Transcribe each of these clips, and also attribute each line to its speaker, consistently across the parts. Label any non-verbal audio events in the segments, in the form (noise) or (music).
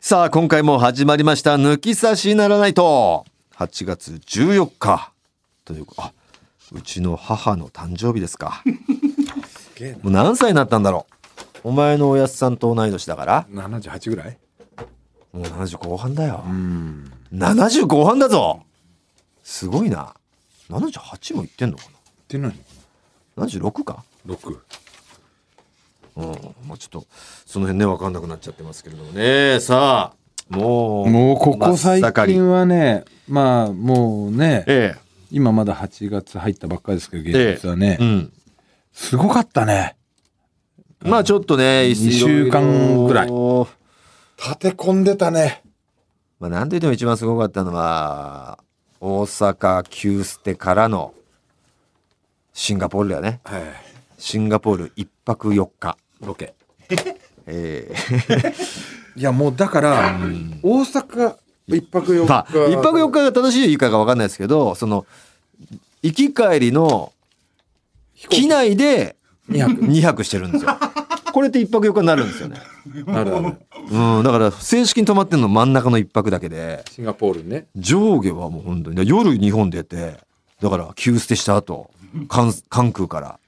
Speaker 1: さあ、今回も始まりました。抜き差しならないと。8月14日。というあ、うちの母の誕生日ですか。
Speaker 2: げえ
Speaker 1: もう何歳になったんだろう。お前のおやすさんと同い年だから、
Speaker 2: な78ぐらい
Speaker 1: もう70後半だよ
Speaker 2: う。ん
Speaker 1: 70後半だぞすごいな。78もいってんのか
Speaker 2: って何
Speaker 1: な ?76 か
Speaker 2: 6
Speaker 1: うん。まあちょっと、その辺ね、わかんなくなっちゃってますけれどもね。さあ、もう、
Speaker 2: もうここ最
Speaker 1: 真っ盛り
Speaker 2: 近はねまあもうね
Speaker 1: え
Speaker 2: 今まだ8月入ったばっかりですけど
Speaker 1: え。
Speaker 2: 芸術はね、
Speaker 1: ええうん。
Speaker 2: すごかったね
Speaker 1: まあちょっとね、い
Speaker 2: 二週間ぐらい
Speaker 1: ろろ
Speaker 2: 立て込んでたね
Speaker 1: まあなんといっても一番すごかったのは、大阪急捨てからのシンガポールだよね。
Speaker 2: はい
Speaker 1: シンガポール一泊四日。
Speaker 2: ロケ
Speaker 1: ええ
Speaker 2: いやもうだから、大阪一泊四
Speaker 1: まあ、
Speaker 2: 日
Speaker 1: 一泊四日が正しい言い方か分かんないですけど、その、行き帰りの機内で
Speaker 2: 二泊
Speaker 1: 2泊してるんです
Speaker 2: (laughs)
Speaker 1: よ。これって一泊四日になるんですよね。
Speaker 2: あるあ (laughs) る
Speaker 1: うん、だから正式に泊まってんの真ん中の一泊だけで、
Speaker 2: シンガポールね
Speaker 1: 上下はもう本当に、夜日本出て、だから急捨てした後、関関空から、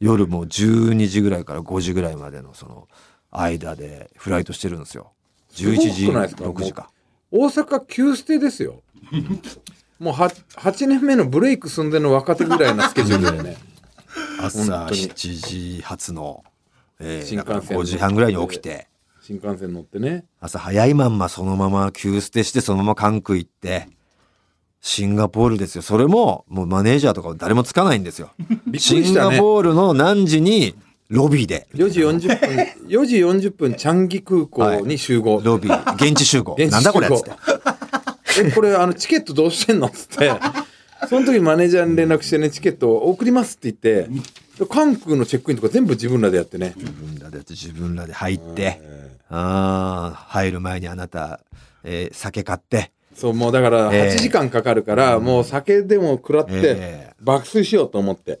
Speaker 1: 夜もう12時ぐらいから5時ぐらいまでのその間でフライトしてるんですよ。11時、
Speaker 2: すごくないですか
Speaker 1: 6時か。
Speaker 2: 大阪急捨てですよもうは8年目のブレイク寸前の若手ぐらいのスケジュールだよ (laughs) ね
Speaker 1: 朝
Speaker 2: 本当に
Speaker 1: 7時発の、えー、
Speaker 2: 新
Speaker 1: だ
Speaker 2: 幹
Speaker 1: か
Speaker 2: 線
Speaker 1: ら5時半ぐらいに起きて、
Speaker 2: 新幹線乗ってね
Speaker 1: 朝早いまんまそのまま急捨てして、そのまま韓国行って、シンガポールですよ。それも、もうマネージャーとか誰もつかないんですよ。
Speaker 2: びっく
Speaker 1: シ
Speaker 2: りし
Speaker 1: ン
Speaker 2: た
Speaker 1: ガ
Speaker 2: ね
Speaker 1: ポールの何時に、ロビーで。
Speaker 2: 4時40分4時40分チャンギ空港に集合、
Speaker 1: ロビー、現地集合。
Speaker 2: 現
Speaker 1: なん
Speaker 2: 地集合
Speaker 1: だこれっつって。
Speaker 2: えこれあのチケットどうしてんのっつ
Speaker 1: (laughs)
Speaker 2: ってその時マネージャーに連絡してねチケットを送りますって言って韓国のチェックインとか全部自分らでやってね
Speaker 1: 自分らでやって、自分らで入って、ああ、入る前にあなた、えー酒買って、
Speaker 2: そうもうだから
Speaker 1: ええ
Speaker 2: 8時間かかるから、もう酒でも食らって、
Speaker 1: ええ
Speaker 2: 爆睡しようと思って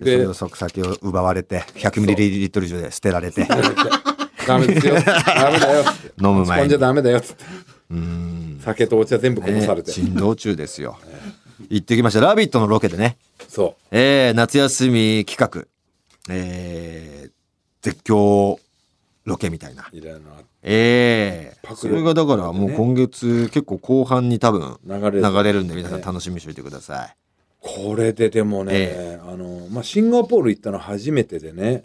Speaker 1: でそれ
Speaker 2: で
Speaker 1: を即酒を奪われて、100ミリリットル以上で捨てられて。
Speaker 2: ダメ
Speaker 1: (laughs)
Speaker 2: ですよダメだよ
Speaker 1: 飲む前に
Speaker 2: 落ち込んじゃダメだよっつって酒とお茶全部 (laughs) こぼされて、
Speaker 1: ね珍道中ですよ。行ってきました。ラビットのロケでね、
Speaker 2: そ
Speaker 1: えー夏休み企画、えー絶叫ロケみたいな。
Speaker 2: ういろいろな
Speaker 1: えー
Speaker 2: パク
Speaker 1: そ
Speaker 2: ロ
Speaker 1: れがだからもう今月結構後半に多分
Speaker 2: 流れる
Speaker 1: 流れるんで皆さん楽しみにしておいてください。
Speaker 2: これででもね、
Speaker 1: え
Speaker 2: あのまあ、シンガポール行ったの初めてでね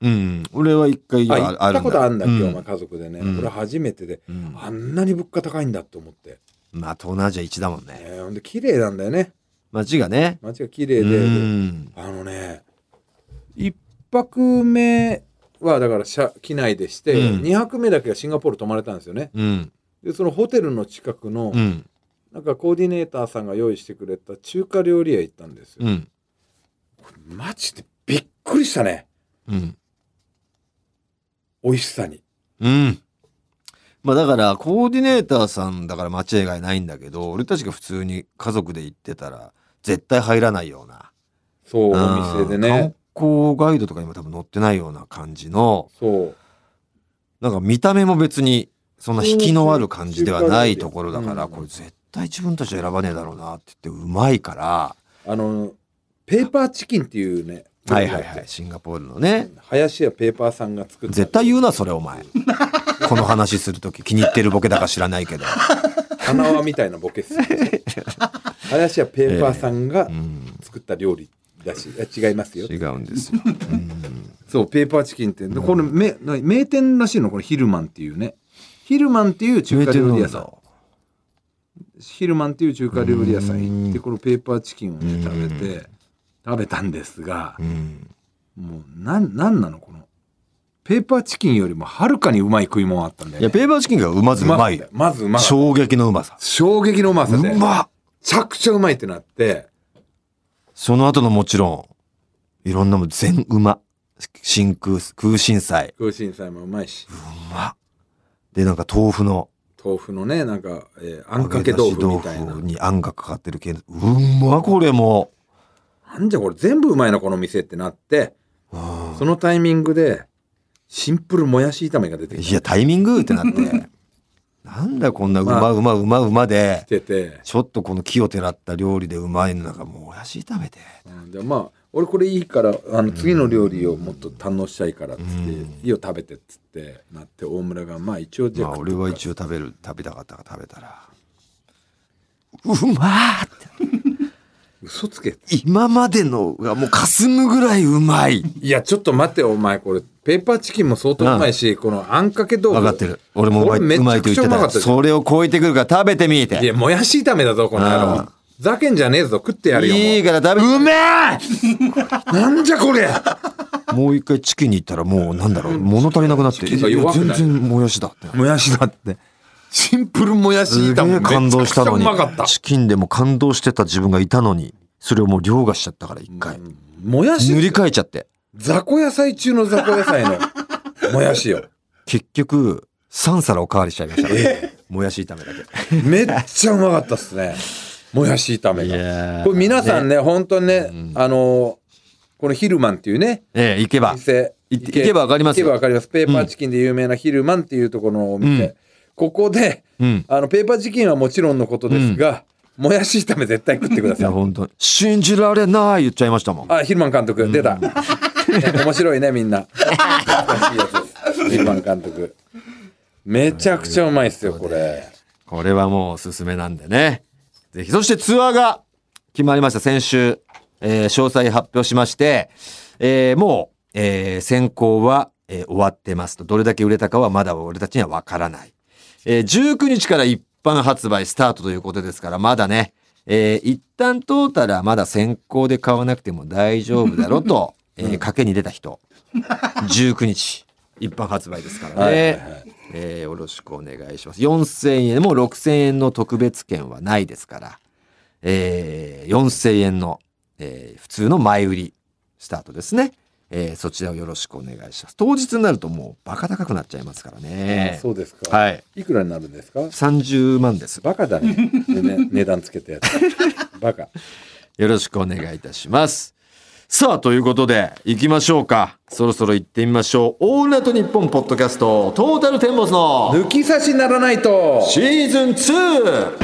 Speaker 1: うん。俺は一回
Speaker 2: あ行ったことあるんだ
Speaker 1: う
Speaker 2: 今
Speaker 1: ん
Speaker 2: 日、まあ家族でね、
Speaker 1: うん
Speaker 2: これ初めてで、
Speaker 1: うん
Speaker 2: あんなに物価高いんだと思って、
Speaker 1: まあ東南アジア一だもんね。
Speaker 2: えーほんで綺麗なんだよね
Speaker 1: 街がね。
Speaker 2: 街が綺麗
Speaker 1: う
Speaker 2: で、
Speaker 1: ん。
Speaker 2: あのね一泊目はだから車機内でして、
Speaker 1: うん
Speaker 2: 二泊目だけがシンガポール泊まれたんですよね
Speaker 1: うん。
Speaker 2: でそのホテルの近くの、
Speaker 1: うん。
Speaker 2: なんかコーディネーターさんが用意してくれた中華料理屋行ったんですよ、
Speaker 1: うん。
Speaker 2: マジでびっくりしたね
Speaker 1: うん。
Speaker 2: 美味しさに
Speaker 1: うん。まあだから、コーディネーターさんだから間違いがないんだけど、俺たちが普通に家族で行ってたら、絶対入らないような。
Speaker 2: そう
Speaker 1: うん
Speaker 2: お店でね
Speaker 1: 観光ガイドとかにも多分載ってないような感じの、
Speaker 2: そう
Speaker 1: なんか見た目も別に、そんな引きのある感じではないところだから、
Speaker 2: うん
Speaker 1: これ絶対自分たちは選ばねえだろうなって言って、うまいから、
Speaker 2: あのペーパーチキンっていうね
Speaker 1: はいはいはい、シンガポールのね、
Speaker 2: 林家ペーパーさんが作った
Speaker 1: 絶対言うな、それお (laughs) 前。この話するとき気に入ってるボケだか知らないけど。
Speaker 2: 花輪みたいなボケっす
Speaker 1: (laughs)
Speaker 2: よ林家ペーパーさんが
Speaker 1: うん、
Speaker 2: 作った料理だし、いや違いますよ
Speaker 1: 違うんですよ。
Speaker 2: そうペーパーチキンってでこれめな名店らしいのこれヒルマンっていうねヒルマンっていう中華料理屋さんヒルマンっていう中華料理屋さん行ってこのペーパーチキンをね食べて食べたんですが
Speaker 1: うん
Speaker 2: もうなんなんなのこのペーパーチキンよりもはるかにうまい食い物あったんだよ
Speaker 1: いや、
Speaker 2: ね
Speaker 1: ペーパーチキンがうまずうまいよ。
Speaker 2: まずうまかった
Speaker 1: 衝撃のうまさ。
Speaker 2: 衝撃のうま
Speaker 1: う
Speaker 2: さでめ
Speaker 1: まっ
Speaker 2: ちゃくちゃうまいってなって
Speaker 1: その後のもちろん、いろんなもん全うま。真空、空心菜。
Speaker 2: 空心菜もうまいし
Speaker 1: うまっで、なんか豆腐の、
Speaker 2: 豆腐のねなんか、えーあんかけ豆腐みたい
Speaker 1: 揚げ出し
Speaker 2: な
Speaker 1: 豆腐にあんがかかってる系の。うんま、これも。
Speaker 2: なんじゃこれ全部うまいなこの店ってなって
Speaker 1: うん
Speaker 2: そのタイミングでシンプルもやし炒めが出てき
Speaker 1: い
Speaker 2: た (laughs)
Speaker 1: や、タイミングってなって。なんだこんなうまうまうまうまで
Speaker 2: 来、てて、
Speaker 1: ちょっとこの木をてらった料理でうまいのなんかもうもやし炒めて。
Speaker 2: うん、でまあ俺これいいからあの次の料理をもっと堪能したいからっつって、
Speaker 1: うん
Speaker 2: いいよ食べてっつってなって大村がまあ一応じゃ
Speaker 1: ま
Speaker 2: あ
Speaker 1: あ
Speaker 2: 食っ
Speaker 1: 俺
Speaker 2: とく
Speaker 1: は
Speaker 2: か
Speaker 1: 一応食べる、食べたかったから食べたら。うまーって。
Speaker 2: 嘘つけって
Speaker 1: 今までのがもうかすむぐらいうまい。
Speaker 2: いやちょっと待ってお前これペーパーチキンも相当うまいし、このあんかけ豆腐
Speaker 1: 分かってる。俺もうまい
Speaker 2: これめ
Speaker 1: うまい
Speaker 2: ちゃ
Speaker 1: と
Speaker 2: くち
Speaker 1: 言
Speaker 2: ゃ
Speaker 1: っ
Speaker 2: う
Speaker 1: て
Speaker 2: ま
Speaker 1: たよ。
Speaker 2: かったじゃん
Speaker 1: それを超えてくるから食べてみて。
Speaker 2: いやもやし炒めだぞこの野
Speaker 1: う
Speaker 2: 郎
Speaker 1: ん
Speaker 2: ふざけんじゃねえぞ食ってやるよもう
Speaker 1: いいから食べうめ
Speaker 2: (laughs) なんじゃこれ
Speaker 1: もう一回チキンに行ったらもうなんだろう物足りなくなって
Speaker 2: チキンが弱く
Speaker 1: 全
Speaker 2: なる
Speaker 1: 然もやしだって
Speaker 2: もやしだってシンプルもやし
Speaker 1: すげ
Speaker 2: 炒め
Speaker 1: え感動したのに
Speaker 2: めちゃくちゃうまかった
Speaker 1: チキンでも感動してた自分がいたのにそれをもう凌駕しちゃったから一回
Speaker 2: もや
Speaker 1: 塗り
Speaker 2: し
Speaker 1: 替えちゃって
Speaker 2: 雑魚野菜中の雑魚野菜の (laughs) もやしよ
Speaker 1: 結局3皿おかわりしちゃいましたねもやし炒めだけ
Speaker 2: めっちゃうまかったっすねもやし炒めが
Speaker 1: や
Speaker 2: これ皆さん
Speaker 1: ね
Speaker 2: ね本当にね、
Speaker 1: うん
Speaker 2: あのーこのヒルマンっていうね
Speaker 1: ええ行け
Speaker 2: お
Speaker 1: ば
Speaker 2: 店
Speaker 1: 行って行けばわかります
Speaker 2: 行けば
Speaker 1: よ
Speaker 2: わかりますペーパーチキンで有名なヒルマンっていうところのお店、
Speaker 1: うん
Speaker 2: ここで
Speaker 1: うん
Speaker 2: あのペーパーチキンはもちろんのことですが、もやし炒め絶対食ってくだ
Speaker 1: い
Speaker 2: さ
Speaker 1: や
Speaker 2: い
Speaker 1: 本当に信じられない言っちゃいましたもん
Speaker 2: あヒルマン監督出
Speaker 1: (laughs)
Speaker 2: た、ね面白いねみんな懐かしいやつですヒルマン監督めちゃくちゃうまいっすよこれ
Speaker 1: これはもうおすすめなんでね。ぜひ。そしてツアーが決まりました。先週、えー詳細発表しまして、えーもう、えー選考は、えー終わってますと。どれだけ売れたかはまだ俺たちにはわからない。えー19日から一般発売スタートということですから、まだね、えー一旦通ったらまだ先行で買わなくても大丈夫だろと、えー賭けに出た人。19日、一般発売ですからね。
Speaker 2: はいはいはい
Speaker 1: えーよろしくお願いします。4000円、もう6000円の特別券はないですから、えー4000円の、えー普通の前売りスタートですね。えーそちらをよろしくお願いします。当日になるともうバカ高くなっちゃいますからね
Speaker 2: あ。そうですか、
Speaker 1: はい。
Speaker 2: い、くらになるんですか
Speaker 1: 30万です。
Speaker 2: バカ
Speaker 1: (laughs)
Speaker 2: だねでね値段つけたやつバカ
Speaker 1: よろしくお願いいたします。さあ、ということで、行きましょうか。そろそろ行ってみましょう。オールナイトニッポンポッドキャスト、トータルテンボスの
Speaker 2: 抜き差しならないと
Speaker 1: シーズン 2!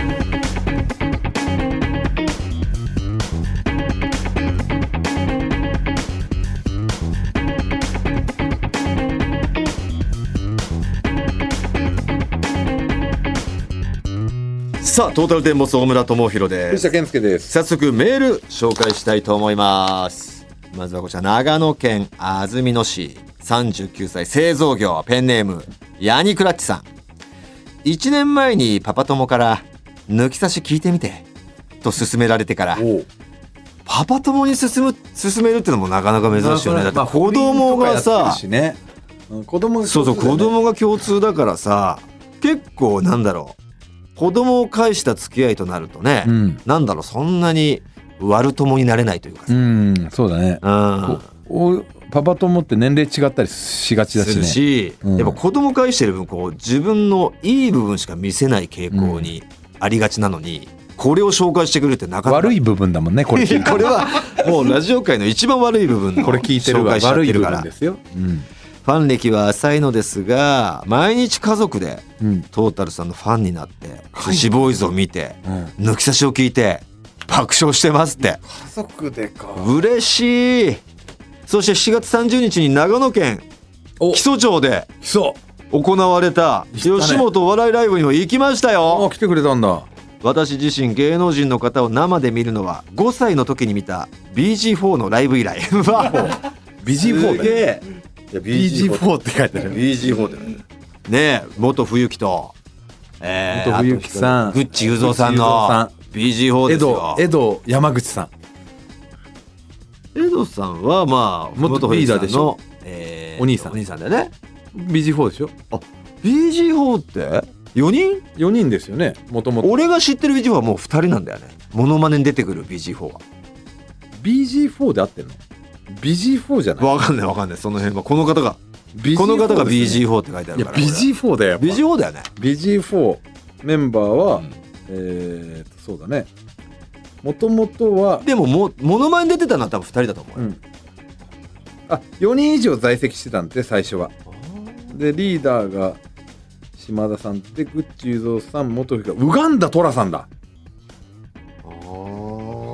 Speaker 1: さあ、トータルテンボス大村智弘で
Speaker 2: 藤
Speaker 1: す
Speaker 2: 田。健介です
Speaker 1: 早速メール紹介したいと思いますまずはこちら長野県安曇野市39歳製造業ペンネームヤニクラッチさん1年前にパパ友から「抜き差し聞いてみて」と勧められてから
Speaker 2: おう
Speaker 1: パパ友に勧む勧めるってのもなかなか珍しいよねだって子供が
Speaker 2: まあ
Speaker 1: さ
Speaker 2: 不倫とかやってるしねうん子供が
Speaker 1: そうそう子供が共通だからさ結構なんだろう子供を介した付き合いとなるとね、
Speaker 2: うん
Speaker 1: なんだろうそんなに悪友になれないというかさ、
Speaker 2: うんそうだね
Speaker 1: うん、
Speaker 2: おパパ友って年齢違ったりしがちだ
Speaker 1: す
Speaker 2: し
Speaker 1: る
Speaker 2: ね
Speaker 1: し、
Speaker 2: うん
Speaker 1: やっぱ子供介してる分こう自分のいい部分しか見せない傾向にありがちなのに、これを紹介してくれるってなかなか
Speaker 2: 悪い部分だもんねこれ聞いて
Speaker 1: (laughs) これはもうラジオ界の一番悪い部分の
Speaker 2: これ聞いてる
Speaker 1: 紹
Speaker 2: わ
Speaker 1: 介しちゃっ
Speaker 2: 悪い
Speaker 1: てる
Speaker 2: 部
Speaker 1: から
Speaker 2: 分ですよ、うん
Speaker 1: ファン歴は浅いのですが毎日家族で
Speaker 2: うん
Speaker 1: トータルさんのファンになって「寿司ボーイズ」を見て抜き差しを聞いて爆笑してますって
Speaker 2: 家族でか
Speaker 1: 嬉しいそして7月30日に長野県
Speaker 2: お
Speaker 1: 木曽町で
Speaker 2: そ
Speaker 1: 行われた
Speaker 2: たね
Speaker 1: 吉本お笑いライブにも行きました
Speaker 2: あ
Speaker 1: よ
Speaker 2: 来てくれたんだ
Speaker 1: 私自身芸能人の方を生で見るのは5歳の時に見た BG4 のライブ以
Speaker 2: (laughs)
Speaker 1: 来わお
Speaker 2: BG4 だよ
Speaker 1: え BG4 って書いてある BG4 って書いてあるねえ元冬木とえー
Speaker 2: 元冬樹さん
Speaker 1: あとグッチ雄三さんの BG4
Speaker 2: 江
Speaker 1: です
Speaker 2: 戸
Speaker 1: よ
Speaker 2: 江戸山口さん
Speaker 1: 江戸さんはまあ
Speaker 2: 元
Speaker 1: 冬木
Speaker 2: リーダーでしょ
Speaker 1: え
Speaker 2: お兄さん
Speaker 1: お兄さんだよね
Speaker 2: BG4 でしょ
Speaker 1: あ BG4 って4人
Speaker 2: 4人ですよねもともと
Speaker 1: 俺が知ってる BG4 はもう2人なんだよねモノマネに出てくる BG4 は
Speaker 2: BG4 で合ってんの BG4 じゃない
Speaker 1: わかんないわかんないその辺はこの方が
Speaker 2: BG4
Speaker 1: この方が
Speaker 2: ですね
Speaker 1: BG4 って書いてあ
Speaker 2: い
Speaker 1: る
Speaker 2: や
Speaker 1: から
Speaker 2: BG4 だよやっぱ
Speaker 1: BG4 だよね
Speaker 2: BG4 メンバーは、
Speaker 1: うん
Speaker 2: えーとそうだねもともとは、
Speaker 1: でももうモノマネに出てたのは多分2人だと思う
Speaker 2: う
Speaker 1: よ、
Speaker 2: ん、あ4人以上在籍してたんで最初はでリーダーが島田さんでグッチ雄三さん元フィウガンダ寅さんだ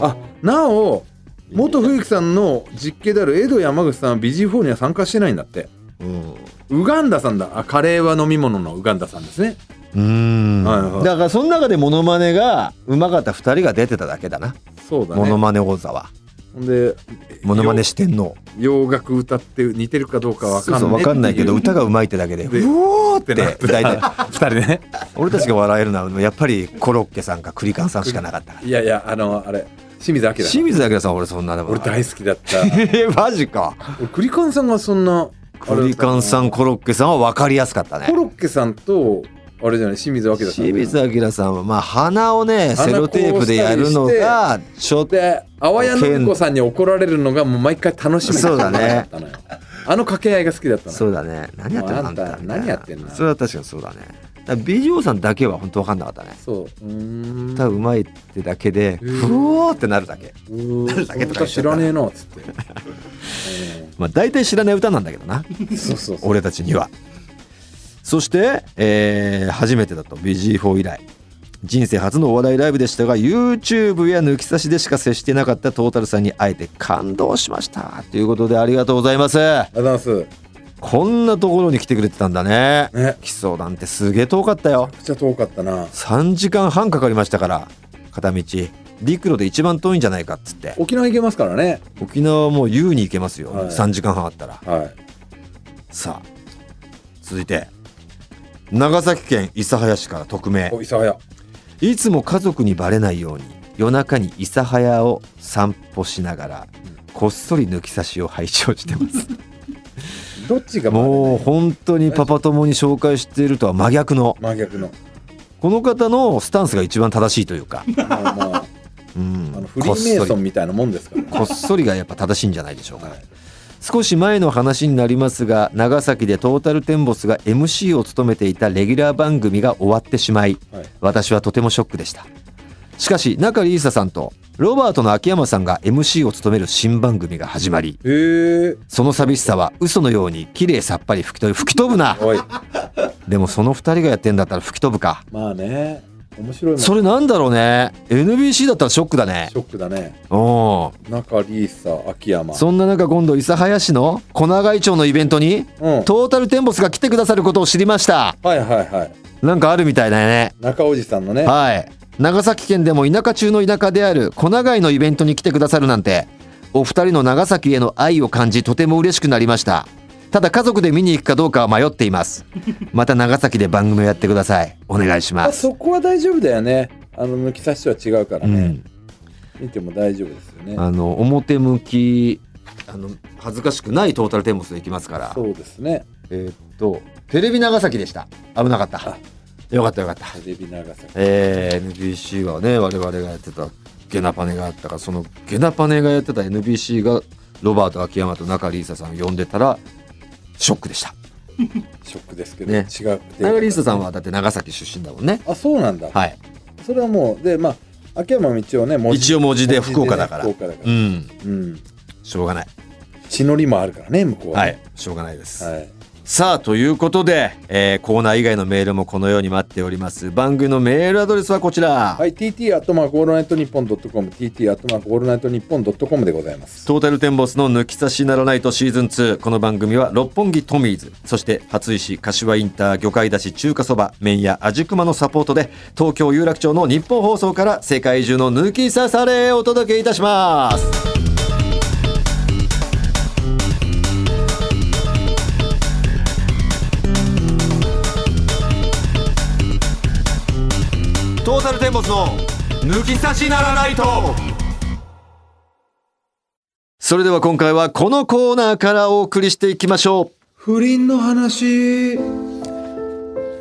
Speaker 2: あなお元冬木さんの実家である江戸山口さんは BG4 には参加してないんだって
Speaker 1: うん
Speaker 2: ウガンダさんだあカレーは飲み物のウガンダさんですね
Speaker 1: うん
Speaker 2: はいはい
Speaker 1: だからその中でモノマネがうまかった2人が出てただけだな
Speaker 2: そうだ
Speaker 1: モノ
Speaker 2: ね
Speaker 1: マネ王座は
Speaker 2: ほんで
Speaker 1: モノマネ四天王
Speaker 2: 洋洋楽歌って似てるかどうかわかん
Speaker 1: そ
Speaker 2: な
Speaker 1: う
Speaker 2: い
Speaker 1: そうわかんないけど歌がうまいってだけで
Speaker 2: で
Speaker 1: うおーっ
Speaker 2: っててなって
Speaker 1: 大
Speaker 2: (laughs)
Speaker 1: 体
Speaker 2: 2人ね
Speaker 1: 俺たちが笑えるのはやっぱりコロッケさんかクリカンさんしかなかったから
Speaker 2: いやいやあのあれ清水明だ
Speaker 1: 清水明さん俺そんなでも
Speaker 2: 俺大
Speaker 1: 好
Speaker 2: 好きだった
Speaker 1: きえ (laughs) マジか
Speaker 2: 俺クリカンさんがそんな
Speaker 1: クリカンさ
Speaker 2: ん
Speaker 1: んコロッケさんは分かりやすかったね
Speaker 2: コロッケさんとあれじゃない清水明だ
Speaker 1: 清水明さんはまあ鼻をねセ
Speaker 2: 鼻
Speaker 1: ロテープでやるのがちょっと
Speaker 2: で淡谷のり子さんに怒られるのがもう毎回楽しみ
Speaker 1: そうだね
Speaker 2: ったのよあの掛け合いが好きだったの
Speaker 1: そうだね何やってんの
Speaker 2: もうあんた
Speaker 1: みいな
Speaker 2: 何やってんの
Speaker 1: それは確かにそうだねだから美女王さんだけは本当分かんなかったね
Speaker 2: そううーん
Speaker 1: 歌うまいってだけで
Speaker 2: うん
Speaker 1: ふおーってなるだけ
Speaker 2: うーん
Speaker 1: だけとか言っちゃった
Speaker 2: 歌知らねえなっつって、
Speaker 1: まあ大体知らない歌なんだけどな
Speaker 2: うんそうそうそう
Speaker 1: 俺たちにはそして、えー初めてだと BG4 以来人生初のお笑いライブでしたが YouTube や抜き差しでしか接していなかったトータルさんに会えて感動しましたということでありがとうございます
Speaker 2: あざますめ
Speaker 1: こんなところに来てくれてたんだね
Speaker 2: ね
Speaker 1: 基礎なんてすげえ遠かったよ
Speaker 2: っちゃ遠かったな
Speaker 1: 3時間半かかりましたから片道陸路で一番遠いんじゃないかっつって
Speaker 2: 沖縄行けますからね
Speaker 1: 沖縄はもう優に行けますよ、
Speaker 2: はい
Speaker 1: 3時間半あったら
Speaker 2: は
Speaker 1: さあ続いて長崎県諫早市から匿名
Speaker 2: いお諫早
Speaker 1: いつも家族にバレないように夜中に諫早を散歩しながらこっそり抜き差しを拝聴してます
Speaker 2: (laughs) どっちが
Speaker 1: もう本当にパパ友に紹介しているとは真逆の
Speaker 2: 真逆の
Speaker 1: この方のスタンスが一番正しいというか、
Speaker 2: まあまあ
Speaker 1: うん
Speaker 2: あのフリ
Speaker 1: こっ
Speaker 2: ーメ
Speaker 1: そ
Speaker 2: イソ
Speaker 1: り
Speaker 2: ンみたいなもんですから、ね
Speaker 1: こっそりがやっぱ正しいんじゃないでしょうか、
Speaker 2: はい
Speaker 1: 少し前の話になりますが長崎でトータルテンボスが MC を務めていたレギュラー番組が終わってしまい
Speaker 2: はい
Speaker 1: 私はとてもショックでしたしかし中里依紗さんとロバートの秋山さんが MC を務める新番組が始まり
Speaker 2: えー、
Speaker 1: その寂しさは嘘のように綺麗さっぱり吹き飛ぶ吹き飛ぶな
Speaker 2: おい
Speaker 1: でもその2人がやってんだったら吹き飛ぶか
Speaker 2: まあね面白いもんシ
Speaker 1: それなんだろうね NBC だったらショックだね
Speaker 2: ョックだね
Speaker 1: うん
Speaker 2: 中リーサ秋山
Speaker 1: そんな中今度諫早市の小長井町のイベントに
Speaker 2: うん
Speaker 1: トータルテンボスが来てくださることを知りました
Speaker 2: はいはいはい
Speaker 1: なんかあるみたいだね
Speaker 2: 中おじさんのね
Speaker 1: はい長崎県でも田舎中の田舎である小長井のイベントに来てくださるなんてお二人の長崎への愛を感じとても嬉しくなりましたただ家族で見に行くかどうかは迷っていますまた長崎で番組をやってくださいお願いしま
Speaker 2: あ
Speaker 1: す、
Speaker 2: そこは大丈夫だよねあの抜き差しとは違うから
Speaker 1: う
Speaker 2: ね
Speaker 1: ん、、
Speaker 2: 見ても大丈夫ですよね
Speaker 1: あの表向きあの恥ずかしくないトータルテンボスで行きますから
Speaker 2: そうですね
Speaker 1: えーっとテレビ長崎でした危なかった
Speaker 2: あ
Speaker 1: よかったよかった
Speaker 2: テレビ長崎
Speaker 1: えー NBC はね我々がやってたゲナパネがあったからそのゲナパネがやってた NBC がロバート秋山と中里依紗さんを呼んでたらショックでした
Speaker 2: ショックですけど、
Speaker 1: ね
Speaker 2: 違くて
Speaker 1: 中里依紗さんはだって長崎出身だもんね
Speaker 2: あそうなんだ、
Speaker 1: はい
Speaker 2: それはもうでまあ秋山も一応ね文字
Speaker 1: 一応文字で
Speaker 2: 文
Speaker 1: 福岡だから
Speaker 2: 福岡だか
Speaker 1: う
Speaker 2: ら
Speaker 1: ん
Speaker 2: うん
Speaker 1: しょうがない
Speaker 2: 血のりもあるからね向こうは
Speaker 1: は
Speaker 2: ね
Speaker 1: いしょうがないです、
Speaker 2: はい
Speaker 1: さあということで、えーコーナー以外のメールもこのように待っております番組のメールアドレスはこちら、
Speaker 2: はい、TT アットマークオールナイトニッポンドットコム、TT アットマークオールナイトニッポンドットコムでございます。
Speaker 1: トータルテンボスの抜き差しならないとシーズン2。この番組は六本木トミーズ、そして初石、柏インター、魚介だし、中華そば、麺屋、味熊のサポートで、東京有楽町の日本放送から世界中の抜き差されをお届けいたします。トータルテンボスの抜き差しならないと。それでは今回はこのコーナーからお送りしていきましょ
Speaker 2: 不倫の話。
Speaker 1: う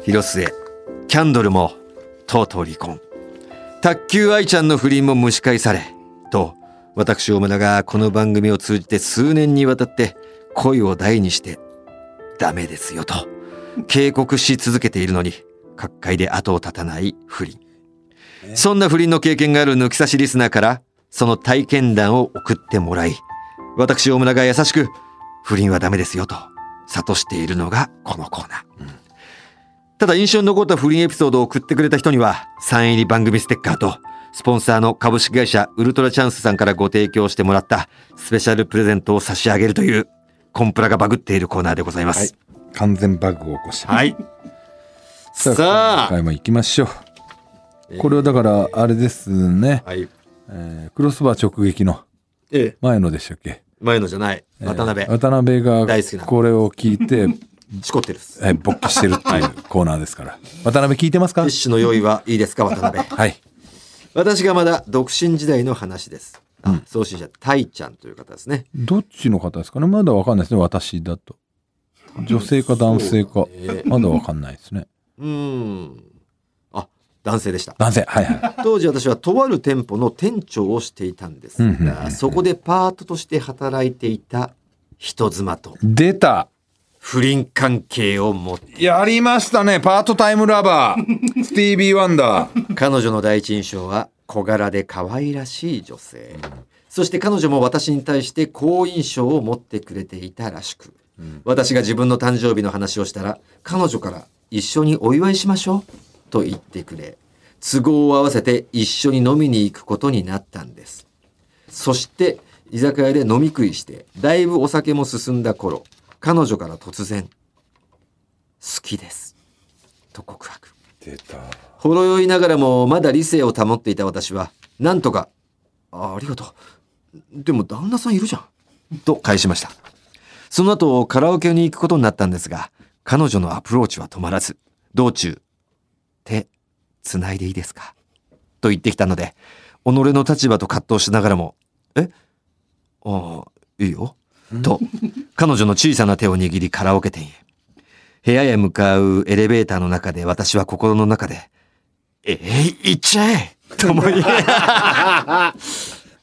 Speaker 1: 広末キャンドルもとうとう離婚卓球愛ちゃんの不倫も蒸し返されと私大村がこの番組を通じて数年にわたって恋を大にしてダメですよと警告し続けているのに各界で後を絶たない不倫
Speaker 2: ね
Speaker 1: そんな不倫の経験がある抜き差しリスナーからその体験談を送ってもらい私大村が優しく不倫はダメですよと諭しているのがこのコーナー、ただ印象に残った不倫エピソードを送ってくれた人には、サイン入り番組ステッカーと、スポンサーの株式会社ウルトラチャンスさんからご提供してもらったスペシャルプレゼントを差し上げるという、コンプラがバグっているコーナーでございま
Speaker 2: はい
Speaker 1: す。。
Speaker 2: 完全バグを起こした。
Speaker 1: はい。
Speaker 2: さ
Speaker 1: さ
Speaker 2: あ、今回も行きましょう。これはだから、あれですね
Speaker 1: あ、。はい。
Speaker 2: えークロスバー直撃の
Speaker 1: ええ、
Speaker 2: 前のでしたっけ
Speaker 1: 前のじゃない、渡辺
Speaker 2: えー、渡辺が
Speaker 1: 大好きな
Speaker 2: これを聞いて、
Speaker 1: しこってるっす。
Speaker 2: えー勃起してるっていうコーナーですから。渡辺聞いてますか
Speaker 1: ティッシュの用意はいいですか、渡 (laughs) 辺。
Speaker 2: はい。
Speaker 1: 私がまだ独身時代の話です。あ、送信者、たいちゃんという方ですね。
Speaker 2: どっちの方ですかねまだわかんないですね。私だと。女性か男性か
Speaker 1: そうだね。
Speaker 2: まだわかんないですね。
Speaker 1: うーん。あ、男性でした。
Speaker 2: 男性。はいは
Speaker 1: 当時私はとある店舗の店長をしていたんです
Speaker 2: うんうんうんう
Speaker 1: が、
Speaker 2: ん
Speaker 1: そこでパートとして働いていた人妻と
Speaker 2: い。出た
Speaker 1: 不倫関係を持って、
Speaker 2: やりましたね。パートタイムラバー。スティービー・ワンダー。
Speaker 1: 彼女の第一印象は小柄で可愛らしい女性。そして彼女も私に対して好印象を持ってくれていたらしく、私が自分の誕生日の話をしたら、彼女から一緒にお祝いしましょうと言ってくれ、都合を合わせて一緒に飲みに行くことになったんです。そして、居酒屋で飲み食いして、だいぶお酒も進んだ頃、彼女から突然、好きです。と告白。
Speaker 2: 出た。
Speaker 1: ほろ酔いながらもまだ理性を保っていた私は、なんとか、あありがとう。でも旦那さんいるじゃん。と返しました。その後、カラオケに行くことになったんですが、彼女のアプローチは止まらず、道中、手、繋いでいいですかと言ってきたので、己の立場と葛藤しながらも、えああ、いいよ。と、彼女の小さな手を握りカラオケ店へ。部屋へ向かうエレベーターの中で私は心の中で、えい、行っちゃえと思い、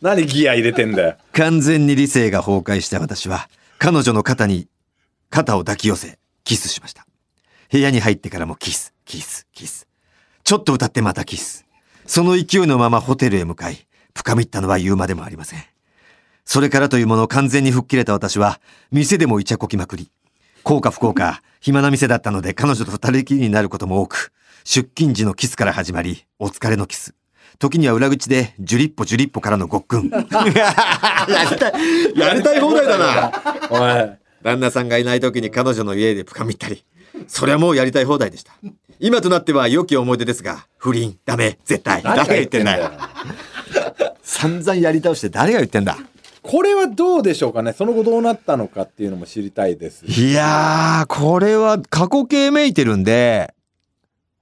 Speaker 2: 何ギア入れてんだよ。
Speaker 1: 完全に理性が崩壊した私は、彼女の肩に、肩を抱き寄せ、キスしました。部屋に入ってからもキス、キス、キス。ちょっと歌ってまたキス。その勢いのままホテルへ向かい、深みったのは言うまでもありません。それからというもの完全に吹っ切れた私は、店でもイチャこきまくり。こうか不幸か、暇な店だったので彼女と二人きりになることも多く、出勤時のキスから始まり、お疲れのキス。時には裏口で、ジュリッポジュリッポからのごっくん。や (laughs) りたい、やりたい放題だな。
Speaker 2: おい。
Speaker 1: 旦那さんがいない時に彼女の家でぷかみったり。そりゃもうやりたい放題でした。今となっては良き思い出ですが、不倫、ダメ、絶対、誰が言ってんだよ。散々やり倒して誰が言ってんだ。
Speaker 2: これはどうでしょうかね。その後どうなったのかっていうのも知りたいです。
Speaker 1: いやー、これは過去形めいてるんで、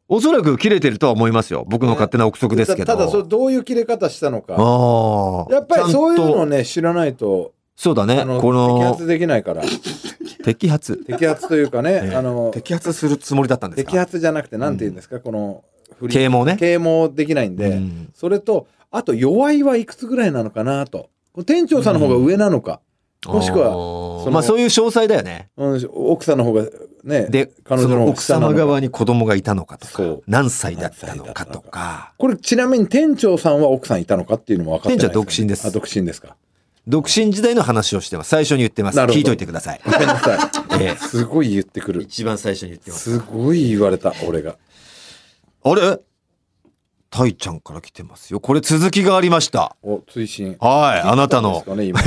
Speaker 1: おそらく切れてるとは思いますよ。僕の勝手な憶測ですけど。
Speaker 2: ただ、それどういう切れ方したのか。
Speaker 1: ああ。
Speaker 2: やっぱりそういう
Speaker 1: ちゃ
Speaker 2: の
Speaker 1: んと。
Speaker 2: ね、知らないと、
Speaker 1: そうだね。
Speaker 2: あの、
Speaker 1: こ
Speaker 2: 摘
Speaker 1: の
Speaker 2: 発できないから。
Speaker 1: 摘発。
Speaker 2: 摘発というかね、あの、
Speaker 1: 摘発するつもりだったんですか
Speaker 2: 摘発じゃなくて、なんて言うんですか、この、不倫
Speaker 1: 啓蒙ね。
Speaker 2: 啓蒙できないんで、
Speaker 1: うん
Speaker 2: それとあと弱いはいくつぐらいなのかなとこの店長さんの方が上なのか、もしくは
Speaker 1: あー
Speaker 2: その
Speaker 1: まあそういう詳細だよね。
Speaker 2: うん奥さんの方がね
Speaker 1: で、
Speaker 2: 彼
Speaker 1: そ
Speaker 2: 女の
Speaker 1: の
Speaker 2: 方が
Speaker 1: 奥
Speaker 2: 下な
Speaker 1: 様
Speaker 2: のか
Speaker 1: 側に子供がいたのかと
Speaker 2: そう
Speaker 1: か、何歳だったのかとか、
Speaker 2: これちなみに店長さんは奥さんいたのかっていうのも分かってない、
Speaker 1: 店長は独身です
Speaker 2: あ独身ですか
Speaker 1: 独身時代の話をしてます。最初に言ってます。
Speaker 2: なるほど
Speaker 1: 聞いといてください。
Speaker 2: ごめんなさい
Speaker 1: (laughs) ええ
Speaker 2: すごい言ってくる
Speaker 1: 一番最初に言ってます。
Speaker 2: すごい言われた俺が
Speaker 1: あれタイちゃんから来てますよ。これ続きがありました。
Speaker 2: お追伸
Speaker 1: はい、あなた
Speaker 2: で
Speaker 1: の
Speaker 2: す。かね今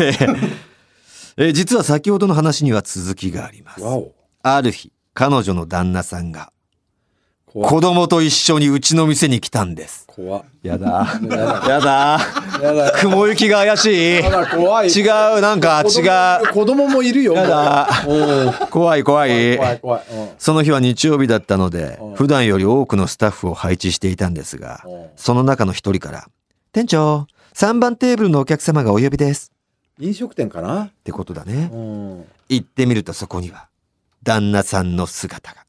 Speaker 1: えー実は先ほどの話には続きがあり (laughs) ます。
Speaker 2: わお
Speaker 1: ある日、彼女の旦那さんが
Speaker 2: 怖っ
Speaker 1: 子供と一緒にうちの店に来たんです。
Speaker 2: 怖っ
Speaker 1: やだ。やだ。
Speaker 2: やだ
Speaker 1: (laughs) 雲行きが怪しい。
Speaker 2: やだ怖い
Speaker 1: 違う、なんか違う。
Speaker 2: 子供もいるよ
Speaker 1: やだ
Speaker 2: うん
Speaker 1: 怖い怖
Speaker 2: 怖い
Speaker 1: い。
Speaker 2: 怖い怖い、うん
Speaker 1: その日は日曜日だったので
Speaker 2: うん、
Speaker 1: 普段より多くのスタッフを配置していたんですが
Speaker 2: うん、
Speaker 1: その中の一人から、店長、3番テーブルのお客様がお呼びです。
Speaker 2: 飲食店かな
Speaker 1: ってことだね
Speaker 2: う。ん
Speaker 1: 行ってみるとそこには、旦那さんの姿が。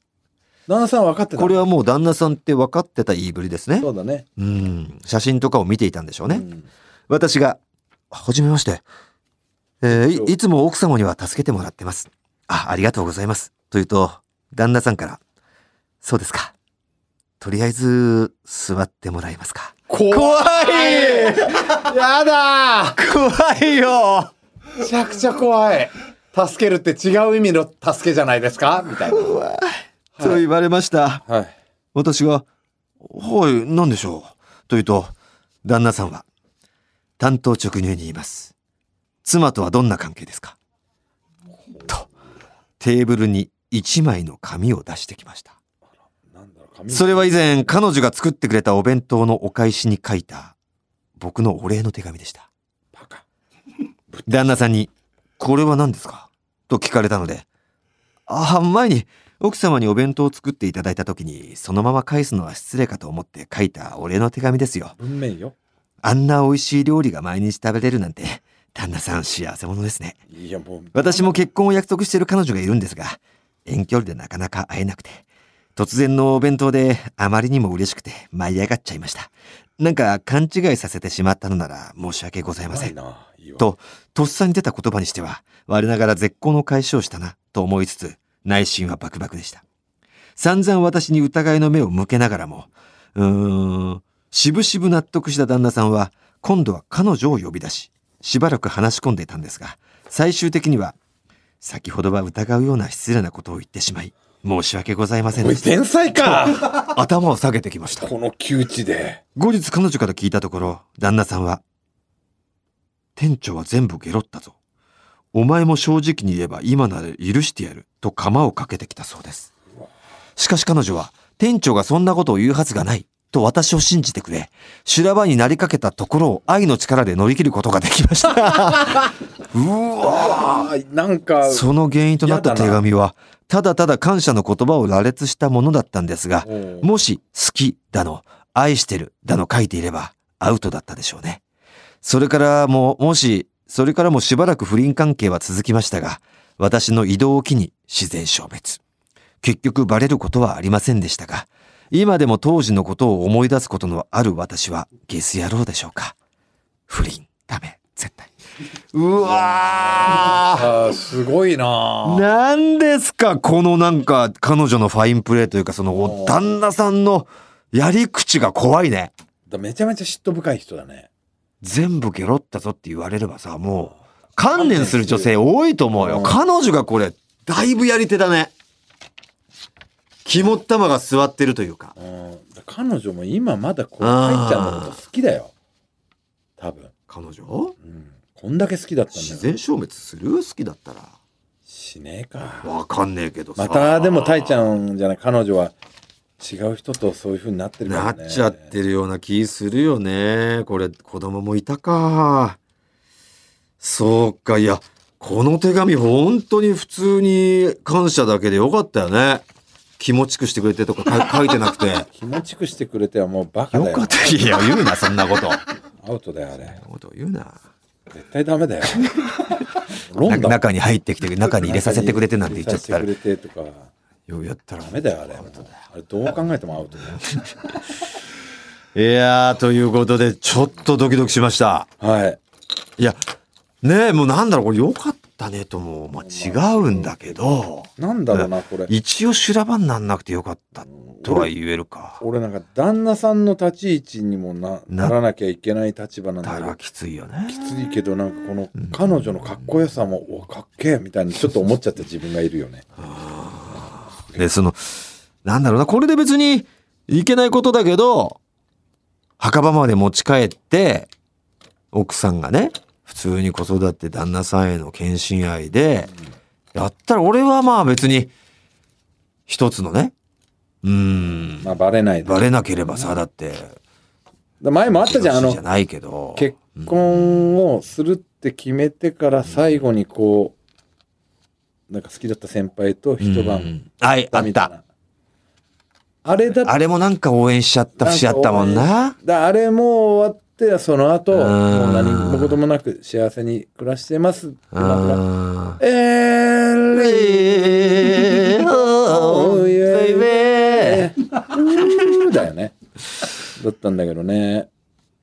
Speaker 2: 旦那さん分かってた
Speaker 1: これはもう旦那さんって分かってた言いぶりですね
Speaker 2: そ。うだね
Speaker 1: うん。写真とかを見ていたんでしょうね。
Speaker 2: うん
Speaker 1: 私が、はじめまして。えーい、いつも奥様には助けてもらってます。あ、ありがとうございます。と言うと、旦那さんから、そうですか。とりあえず、座ってもらえますか。
Speaker 2: 怖
Speaker 1: 怖い
Speaker 2: やだ
Speaker 1: 怖いよ
Speaker 2: めちゃくちゃ怖い助けるって違う意味の助けじゃないですかみたいな怖い
Speaker 1: と言われました。
Speaker 2: はい。
Speaker 1: 私が、はい、何でしょう。と言うと、旦那さんは、担当直入に言います。妻とはどんな関係ですかと、テーブルに一枚の紙を出してきました。
Speaker 2: なんだろう、紙
Speaker 1: それは以前、彼女が作ってくれたお弁当のお返しに書いた、僕のお礼の手紙でした。
Speaker 2: バカ。
Speaker 1: (laughs) 旦那さんに、これは何ですかと聞かれたので、ああ、前に奥様にお弁当を作っていただいた時に、そのまま返すのは失礼かと思って書いたお礼の手紙ですよ。
Speaker 2: 文面よ。
Speaker 1: あんな美味しい料理が毎日食べれるなんて、旦那さん幸せ者ですね。
Speaker 2: いや、もう。
Speaker 1: 私も結婚を約束している彼女がいるんですが、遠距離でなかなか会えなくて、突然のお弁当であまりにも嬉しくて舞い上がっちゃいました。なんか勘違いさせてしまったのなら申し訳ございませ
Speaker 2: ない
Speaker 1: ん。
Speaker 2: な。いいわ。
Speaker 1: ととっさに出た言葉にしては、我ながら絶好の解消したな、と思いつつ、内心はバクバクでした。散々私に疑いの目を向けながらも、うーん、しぶしぶ納得した旦那さんは、今度は彼女を呼び出し、しばらく話し込んでいたんですが、最終的には、先ほどは疑うような失礼なことを言ってしまい、申し訳ございません
Speaker 2: お
Speaker 1: で
Speaker 2: い、
Speaker 1: した。
Speaker 2: 天才か。
Speaker 1: 頭を下げてきました。
Speaker 2: この窮地で。
Speaker 1: 後日彼女から聞いたところ、旦那さんは、店長は全部ゲロったぞ。お前も正直に言えば今なら許してやると釜をかけてきたそうです。しかし彼女は、店長がそんなことを言うはずがないと私を信じてくれ、修羅場になりかけたところを愛の力で乗り切ることができました。うわ
Speaker 2: ああ、なんか。
Speaker 1: その原因となった手紙は、ただただ感謝の言葉を羅列したものだったんですが、
Speaker 2: うん
Speaker 1: もし好きだの、愛してるだの書いていればアウトだったでしょうね。それからも、もし、それからもしばらく不倫関係は続きましたが、私の移動を機に自然消滅。結局バレることはありませんでしたが、今でも当時のことを思い出すことのある私はゲス野郎でしょうか。不倫、ダメ、絶対。うわー
Speaker 2: ああ、すごいな。
Speaker 1: なんですかこのなんか彼女のファインプレーというかそのお旦那さんのやり口が怖いね。
Speaker 2: だめちゃめちゃ嫉妬深い人だね。
Speaker 1: 全部ゲロったぞって言われればさ、もう観念する女性多いと思う
Speaker 2: う
Speaker 1: よ。
Speaker 2: ん
Speaker 1: 彼女がこれ、だいぶやり手だね。肝っ玉が座ってるというか。
Speaker 2: うん。だ彼女も今まだこう、入っちゃんのこと好きだよ。多分。
Speaker 1: 彼女
Speaker 2: うん。こんだけ好きだったんだ
Speaker 1: 自
Speaker 2: よ。
Speaker 1: 然消滅する好きだったら。
Speaker 2: しねえか。
Speaker 1: わかんねえけどさ。
Speaker 2: またでもタイちゃんじゃない彼女は違う人とそういう風になってるから
Speaker 1: な
Speaker 2: ね
Speaker 1: っちゃってるような気するよね。これ、子供もいたか。そうか、いや、この手紙本当に普通に感謝だけでよかったよね。気持ちくしてくれてとかか (laughs) 書いてなくて。よ
Speaker 2: 気持ちくしてくれてはもうバカだよ
Speaker 1: かった。いや、言うな、そんなこと。そん
Speaker 2: アウトだよあれ
Speaker 1: なこと言うな。
Speaker 2: 絶対ダメ
Speaker 1: (laughs)
Speaker 2: だよロンだ
Speaker 1: 中に入ってきて、中に入れさせてくれてなんて言っちゃったら、
Speaker 2: 入れさせてくれてとか
Speaker 1: ようやったら。
Speaker 2: ダメだよあれもうあれどう考えてもアウトだよ
Speaker 1: いやー、ということで、ちょっとドキドキしました。
Speaker 2: はい
Speaker 1: いや、ねえ、もうなんだろう、これ良かったねとも、まあ違うんだけど、
Speaker 2: なんだろうなこれ
Speaker 1: 一応修羅場になんなくてよかったとは言えるか。
Speaker 2: 俺なんか旦那さんの立ち位置にもな
Speaker 1: な
Speaker 2: ならなきゃいけない立場なんだ
Speaker 1: た
Speaker 2: け
Speaker 1: ら
Speaker 2: ど
Speaker 1: きついよね。
Speaker 2: きついけどなんかこの彼女のかっこよさもおかっけえみたいにちょっと思っちゃった自分がいるよね
Speaker 1: で、その、なんだろうな、これで別にいけないことだけど、墓場まで持ち帰って、奥さんがね、普通に子育て旦那さんへの献身愛で、やったら俺はまあ別に、一つのね、うーん、
Speaker 2: まあバレないで
Speaker 1: バレなければさ、だって、
Speaker 2: だ前もあったじゃん、あ
Speaker 1: 広瀬じゃ
Speaker 2: の、
Speaker 1: ないけど。
Speaker 2: 結婚をするって決めてから最後にこう、なんか好きだった先輩と一
Speaker 1: う
Speaker 2: 晩
Speaker 1: んはい、あっ
Speaker 2: みた
Speaker 1: た。
Speaker 2: いな。あれだっ
Speaker 1: あれもなんか応援しちゃった節あったもんな。
Speaker 2: だあれもう終わって、その後、
Speaker 1: うん
Speaker 2: もう何もこともなく幸せに暮らしてますって
Speaker 1: う
Speaker 2: なったら
Speaker 1: ん。
Speaker 2: えー
Speaker 3: (laughs)
Speaker 2: れーおーいえーうーだよね。だったんだけどね。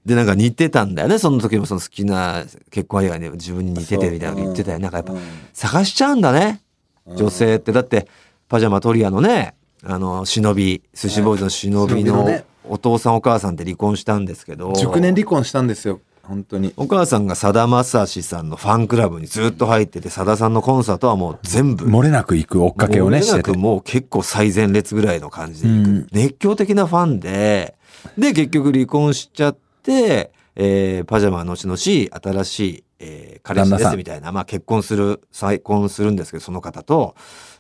Speaker 1: で、なんか似てたんだよね。その時もその好きな結婚相手がね、自分に似ててみたいなこと言ってたよ。なんかやっぱ
Speaker 2: うん、
Speaker 1: 探しちゃうんだね。女性って。だって、パジャマトリアのね、あの、忍び、寿司ボーイズの忍び
Speaker 2: 忍びの
Speaker 1: の
Speaker 2: ね
Speaker 1: お父さんお母さんって離婚したんですけど。
Speaker 2: 10年離婚したんですよ。本当に。
Speaker 1: お母さんがさだまさしさんのファンクラブにずっと入ってて、さださんのコンサートはもう全部。
Speaker 3: 漏れなく行く追っかけをね、
Speaker 1: もう
Speaker 3: し
Speaker 1: 俺
Speaker 3: て
Speaker 1: ら
Speaker 3: て
Speaker 1: く。もう結構最前列ぐらいの感じで行く、
Speaker 3: うん
Speaker 1: 熱狂的なファンで、で、結局離婚しちゃって、えーパジャマの後々、新しい、えー彼
Speaker 3: 旦
Speaker 1: 氏
Speaker 3: 那
Speaker 1: で
Speaker 3: さ
Speaker 1: す
Speaker 3: ん
Speaker 1: みたいな、まあ結婚する、再婚するんですけど、その方と、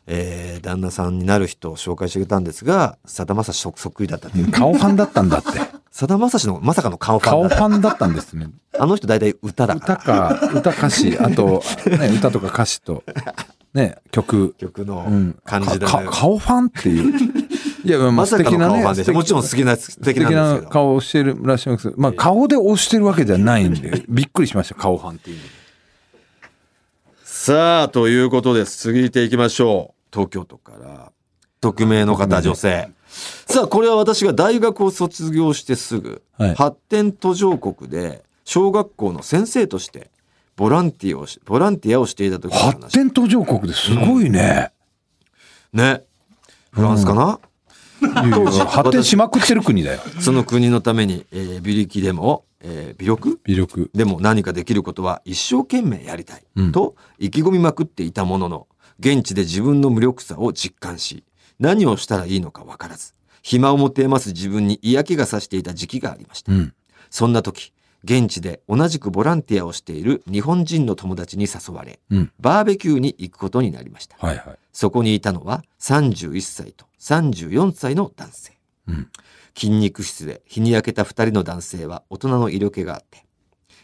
Speaker 1: えー旦那さんになる人を紹介してくれたんですが、さだまさしそそっくりだったっていう。
Speaker 3: 顔ファンだったんだって。
Speaker 1: さだまさしのまさかの顔ファ
Speaker 3: (laughs) 顔
Speaker 1: ンだっ
Speaker 3: フ
Speaker 1: た。
Speaker 3: ァンだったんですね。
Speaker 1: あの人大体歌だから。
Speaker 3: 歌か、歌歌詞、あと、ね、歌とか歌詞と、ね、曲。
Speaker 1: 曲
Speaker 3: う
Speaker 1: の
Speaker 3: ん。
Speaker 1: 感じだ
Speaker 3: か
Speaker 1: ね
Speaker 3: か。顔ファンっていう。いや、ま
Speaker 1: ま
Speaker 3: あ、素
Speaker 1: さか
Speaker 3: 敵
Speaker 1: の
Speaker 3: な
Speaker 1: 顔ファ
Speaker 3: ね、
Speaker 1: ン
Speaker 3: 素
Speaker 1: でした。
Speaker 3: 敵
Speaker 1: もちろん素敵な、素
Speaker 3: 素
Speaker 1: 敵なん
Speaker 3: 敵
Speaker 1: です
Speaker 3: な
Speaker 1: けど。
Speaker 3: 顔をしてるらっしゃいますけどまあ、顔で押してるわけじゃないんで、
Speaker 1: (laughs)
Speaker 3: びっくりしました、顔ファンっていう。
Speaker 1: さあ、ということです。続いていきましょう。東京都から、匿名の方、女性。さあ、これは私が大学を卒業してすぐ、
Speaker 3: はい
Speaker 1: 発展途上国で、小学校の先生として、ボランティアをし、ボランティアをしていた時の
Speaker 3: 発
Speaker 1: 話。
Speaker 3: 展途上国ですごいね。
Speaker 1: ね。フランスかな、
Speaker 3: いやいや発展しまくってる国だ
Speaker 1: (laughs)
Speaker 3: よ。
Speaker 1: その国のために、えー、微力でも、えー微力
Speaker 3: 魅力。
Speaker 1: でも何かできることは一生懸命やりたい、
Speaker 3: うん
Speaker 1: と意気込みまくっていたものの現地で自分の無力さを実感し何をしたらいいのか分からず暇を持て余す自分に嫌気がさしていた時期がありました、
Speaker 3: うん。
Speaker 1: そんな時現地で同じくボランティアをしている日本人の友達に誘われ
Speaker 3: うん。
Speaker 1: バーベキューに行くことになりました
Speaker 3: はいはい。
Speaker 1: そこにいたのは31歳と34歳の男性
Speaker 3: うん。
Speaker 1: 筋肉質で日に焼けた二人の男性は大人の色気があって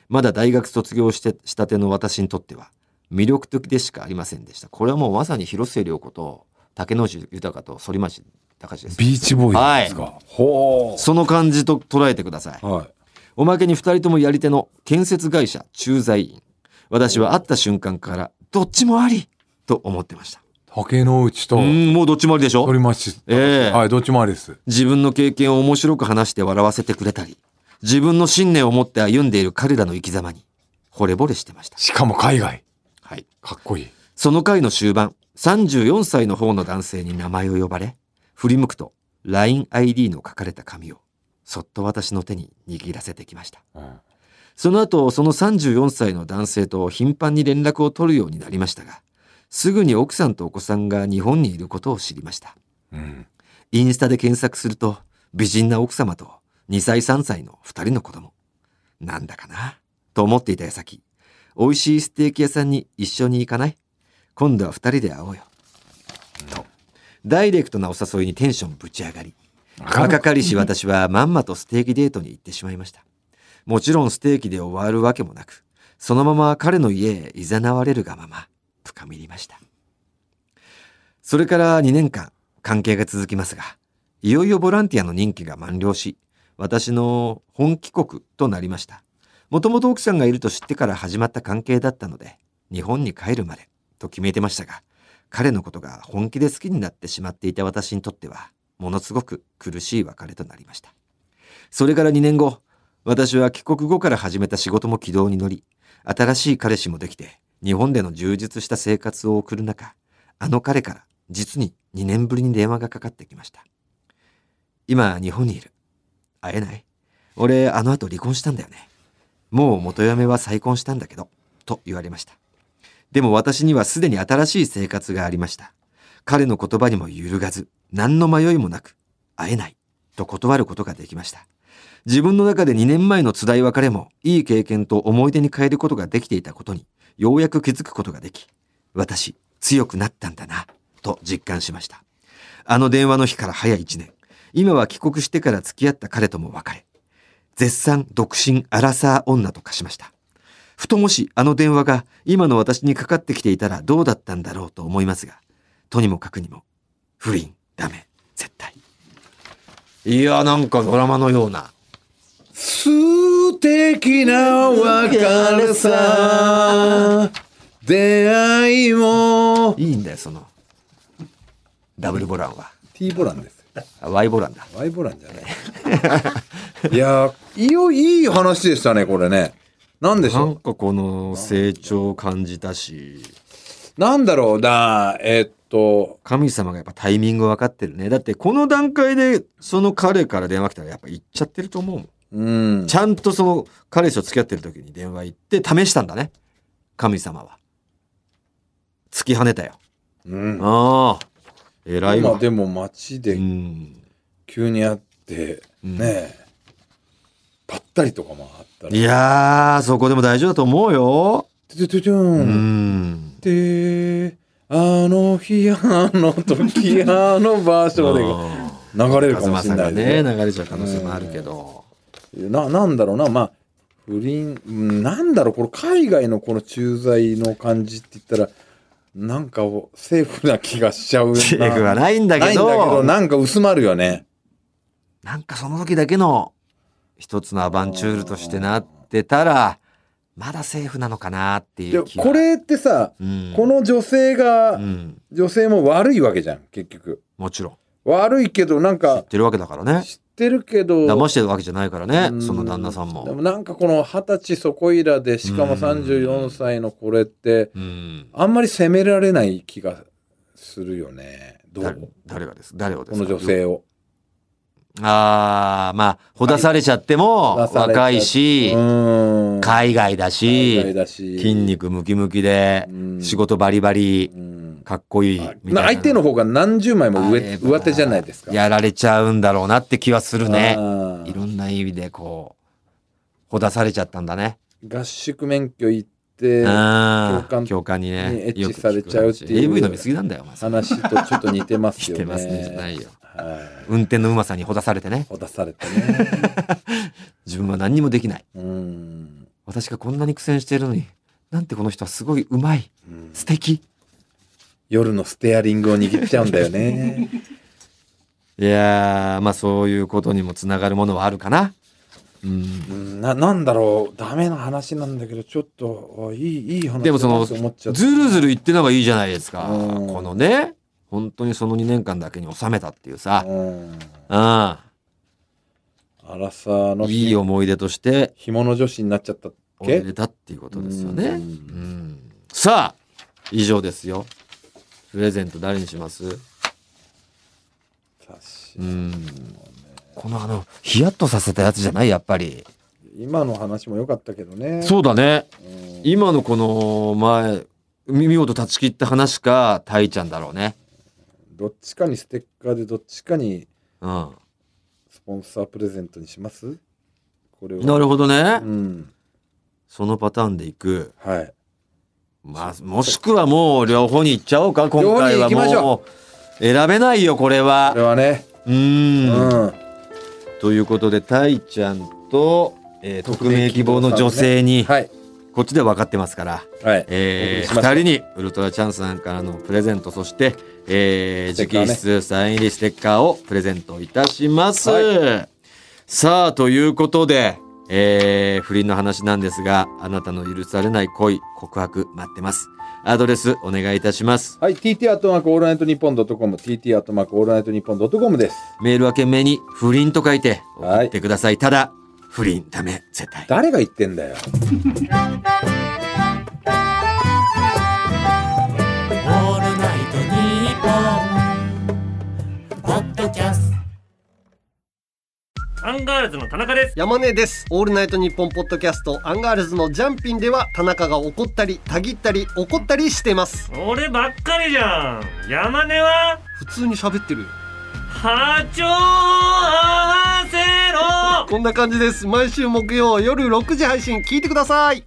Speaker 1: まだ大学卒業してしたての私にとっては魅力的でしかありませんでしたこれはもうまさに広末涼子と竹野内豊と反町隆史です
Speaker 3: ビーチボーイなんですか。ほ。
Speaker 1: その感じと捉えてくださいう
Speaker 3: はい。
Speaker 1: おまけに二人ともやり手の建設会社駐在員私は会った瞬間からどっちもありと思ってました
Speaker 3: 竹野内と
Speaker 1: う
Speaker 3: 鳥
Speaker 1: んもうどっちもありでしょ
Speaker 3: 町。
Speaker 1: ええ
Speaker 3: はい、どっちもありです。
Speaker 1: 自分の経験を面白く話して笑わせてくれたり、自分の信念を持って歩んでいる彼らの生き様に、惚れ惚れしてました。
Speaker 3: しかも海外。
Speaker 1: はい。
Speaker 3: かっこいい。
Speaker 1: その回の終盤、34歳の方の男性に名前を呼ばれ、振り向くと、LINEID の書かれた紙を、そっと私の手に握らせてきました。その後、その34歳の男性と頻繁に連絡を取るようになりましたが、すぐに奥さんとお子さんが日本にいることを知りました。
Speaker 3: うん。
Speaker 1: インスタで検索すると美人な奥様と2歳3歳の2人の子供なんだかなと思っていた矢先美味しいステーキ屋さんに一緒に行かない今度は2人で会おうよとダイレクトなお誘いにテンションぶち上がり若かりし私はまんまとステーキデートに行ってしまいましたもちろんステーキで終わるわけもなくそのまま彼の家へ誘われるがまま深みりましたそれから2年間関係が続きますが、いよいよボランティアの任期が満了し、私の本帰国となりました。もともと奥さんがいると知ってから始まった関係だったので、日本に帰るまでと決めてましたが、彼のことが本気で好きになってしまっていた私にとっては、ものすごく苦しい別れとなりました。それから2年後、私は帰国後から始めた仕事も軌道に乗り、新しい彼氏もできて、日本での充実した生活を送る中、あの彼から実に2年ぶりに電話がかかってきました。今、日本にいる。会えない俺、あの後離婚したんだよね。もう元嫁は再婚したんだけど、と言われました。でも私にはすでに新しい生活がありました。彼の言葉にも揺るがず、何の迷いもなく、会えない、と断ることができました。自分の中で2年前の辛い別れも、いい経験と思い出に変えることができていたことに、ようやく気づくことができ、私、強くなったんだな、と実感しました。あの電話の日から早1年、今は帰国してから付き合った彼とも別れ、絶賛独身アラサー女と化しました。ふともしあの電話が今の私にかかってきていたらどうだったんだろうと思いますが、とにもかくにも、不倫、ダメ、絶対。いや、なんかドラマのような。
Speaker 2: 素敵な別れさ出会いも
Speaker 1: いいんだよ、その、ダブルボランは。
Speaker 2: T ボランですよ
Speaker 1: あワイボランだ。
Speaker 2: ワイボランじゃないいやーいよいい話でしたねこれねなんでし
Speaker 1: な
Speaker 2: ょ
Speaker 1: ん
Speaker 2: う
Speaker 1: かこの成長を感じたし、
Speaker 2: なんだろうなえーっと
Speaker 1: 神様がやっぱタイミング分かってるね。だってこの段階でその彼から電話来たらやっぱ行っちゃってると思うもん。
Speaker 2: うん
Speaker 1: ちゃんとその彼氏と付き合ってる時に電話行って試したんだね神様は突き跳ねたよ
Speaker 2: うん
Speaker 1: ああ偉い
Speaker 2: 今
Speaker 1: わ
Speaker 2: でも街
Speaker 1: う
Speaker 2: で
Speaker 1: ん
Speaker 2: 急に会って、
Speaker 1: うん
Speaker 2: ねえぱったりとかもあったら
Speaker 1: いやーそこでも大丈夫だと思うよ
Speaker 2: トゥトゥトゥトゥ
Speaker 1: う
Speaker 2: ーン
Speaker 1: ん
Speaker 2: であの日あの時あの場所で流れるかもしれない
Speaker 1: ね
Speaker 2: ね
Speaker 1: 流れちゃう可能性もあるけど
Speaker 2: ななんだろうなまあ不倫うんなんだろうこの海外のこの駐在の感じって言ったらなんかをセーフな気がしちゃうな
Speaker 1: セーフはないんだ
Speaker 2: な
Speaker 1: け
Speaker 2: いんだけど
Speaker 1: ど
Speaker 2: なんか薄まるよね
Speaker 1: なんかその時だけの一つのアバンチュールとしてなってたらまだセーフなのかなってい
Speaker 2: で
Speaker 1: う気は
Speaker 2: こ、れってさ
Speaker 1: うん
Speaker 2: この女性が、
Speaker 1: うん、
Speaker 2: 女性も悪いわけじゃん結局
Speaker 1: もちろん
Speaker 2: 悪いけどなん
Speaker 1: 知っ
Speaker 2: か
Speaker 1: てるわけだからね
Speaker 2: 知ってるけど
Speaker 1: 騙してるわけじゃないから
Speaker 2: う
Speaker 1: ね
Speaker 2: ん
Speaker 1: その旦那さんも
Speaker 2: でもなんかこの二十歳そこいらでしかも
Speaker 1: うん
Speaker 2: 34歳のこれって
Speaker 1: うん
Speaker 2: あんまり責められない気がするよねど
Speaker 1: 誰
Speaker 2: う
Speaker 1: 誰がです誰をで
Speaker 2: こ
Speaker 1: すか
Speaker 2: の女性を
Speaker 1: ああまあほだされちゃっても
Speaker 2: 出されちゃう
Speaker 1: 若いし
Speaker 2: うん
Speaker 1: 海外だ
Speaker 2: 海外
Speaker 1: し
Speaker 2: だし
Speaker 1: 筋肉ムキムキで
Speaker 2: うん
Speaker 1: 仕事バリバリ
Speaker 2: うん
Speaker 1: かっこいい
Speaker 2: あ
Speaker 1: みたいな
Speaker 2: 相手の方が何十枚も
Speaker 1: あ
Speaker 2: 上上手じゃないですか
Speaker 1: やられちゃうんだろうなって気はするね
Speaker 2: あー
Speaker 1: いろんな意味でこうほだされちゃったんだね
Speaker 2: 合宿免許行って
Speaker 1: うん
Speaker 2: 共感
Speaker 1: 共感にね
Speaker 2: にエッチ
Speaker 1: よく聞く
Speaker 2: されちゃうっていう
Speaker 1: AV 飲みすぎなんだよお前
Speaker 2: 話とちょっと似てます
Speaker 1: 来 (laughs)
Speaker 2: よ
Speaker 1: て
Speaker 2: ね
Speaker 1: ますねじゃないよ
Speaker 2: はい
Speaker 1: 運転のうまさにほだされてね (laughs)
Speaker 2: ほだされてね (laughs)
Speaker 1: 自分は何にもできない
Speaker 2: うん
Speaker 1: 私がこんなに苦戦しているのになんてこの人はすごいうまい
Speaker 2: うん
Speaker 1: 素敵
Speaker 2: 夜のステアリングを握っちゃうんだ
Speaker 1: (laughs)
Speaker 2: よね。
Speaker 1: いやーまあそういうことにもつながるものはあるかなうん
Speaker 2: うんななんだろうダメな話なんだけどちょっとあいいいい話
Speaker 1: でもそ
Speaker 2: だな
Speaker 1: の
Speaker 2: って思っちゃ
Speaker 1: ず
Speaker 2: った
Speaker 1: るずる言ってのがいいじゃないですか
Speaker 2: うん
Speaker 1: このね本当にその2年間だけに収めたっていうさ
Speaker 2: うん
Speaker 1: あ
Speaker 2: アラサー
Speaker 1: あ
Speaker 2: の
Speaker 1: いい思い出として
Speaker 2: ひもの女子になっちゃったっ
Speaker 1: 終
Speaker 2: け
Speaker 1: れたっていうことですよね
Speaker 2: うん
Speaker 1: うんさあ以上ですよプレゼント誰にします
Speaker 2: 確
Speaker 1: う
Speaker 2: か
Speaker 1: んこのあのヒヤッとさせたやつじゃないやっぱり
Speaker 2: 今の話も良かったけどね
Speaker 1: そうだね
Speaker 2: うん
Speaker 1: 今のこの前見見事断ち切った話かタイちゃんだろうね
Speaker 2: どっちかにステッカーでどっちかに
Speaker 1: うん
Speaker 2: スポンサープレゼントにしますこれを
Speaker 1: なるほどね、
Speaker 2: うん
Speaker 1: そのパターンでいく
Speaker 2: はい
Speaker 1: まあもしくはもう両方に行っちゃおうか今回
Speaker 2: 両方に行
Speaker 1: は
Speaker 2: きまし
Speaker 1: も
Speaker 2: ょ
Speaker 1: う選べないよこれ
Speaker 2: これ
Speaker 1: は
Speaker 2: はね
Speaker 1: うーん
Speaker 2: うん
Speaker 1: ということでタイちゃんと、えー匿名希望の女性に、
Speaker 2: はい
Speaker 1: こっちで分かってますから、
Speaker 2: はい
Speaker 1: え
Speaker 2: お送りしました
Speaker 1: 2人にウルトラチャンスさんからのプレゼントそして、えー、
Speaker 2: ステッカ
Speaker 1: 直
Speaker 2: ーね
Speaker 1: 筆サイン入りステッカーをプレゼントいたします、
Speaker 2: は
Speaker 1: さあということで、えー不倫の話なんですがあなたの許されない恋告白待ってますアドレスお願いいたします
Speaker 2: はい TT アットマークオールナイトニッポンドットコム TT アットマークオールナイトニッポンドットコムです
Speaker 1: メールは懸命に不倫と書いて送
Speaker 2: はい
Speaker 1: ってください、ただ不倫ダメ絶対
Speaker 2: 誰が言ってんだよ
Speaker 4: オールナイトニッポン」ポッドキャスト
Speaker 5: アンガールズの田中です。
Speaker 6: 山根です。オールナイトニッポンポッドキャストアンガールズのジャンピンでは田中が怒ったり、たぎったり、怒ったりしてます。
Speaker 5: 俺ばっかりじゃん。山根は
Speaker 6: 普通に喋ってるよ。
Speaker 5: 波長を合わせろ
Speaker 6: こんな感じです。毎週木曜夜6時配信聞いてください。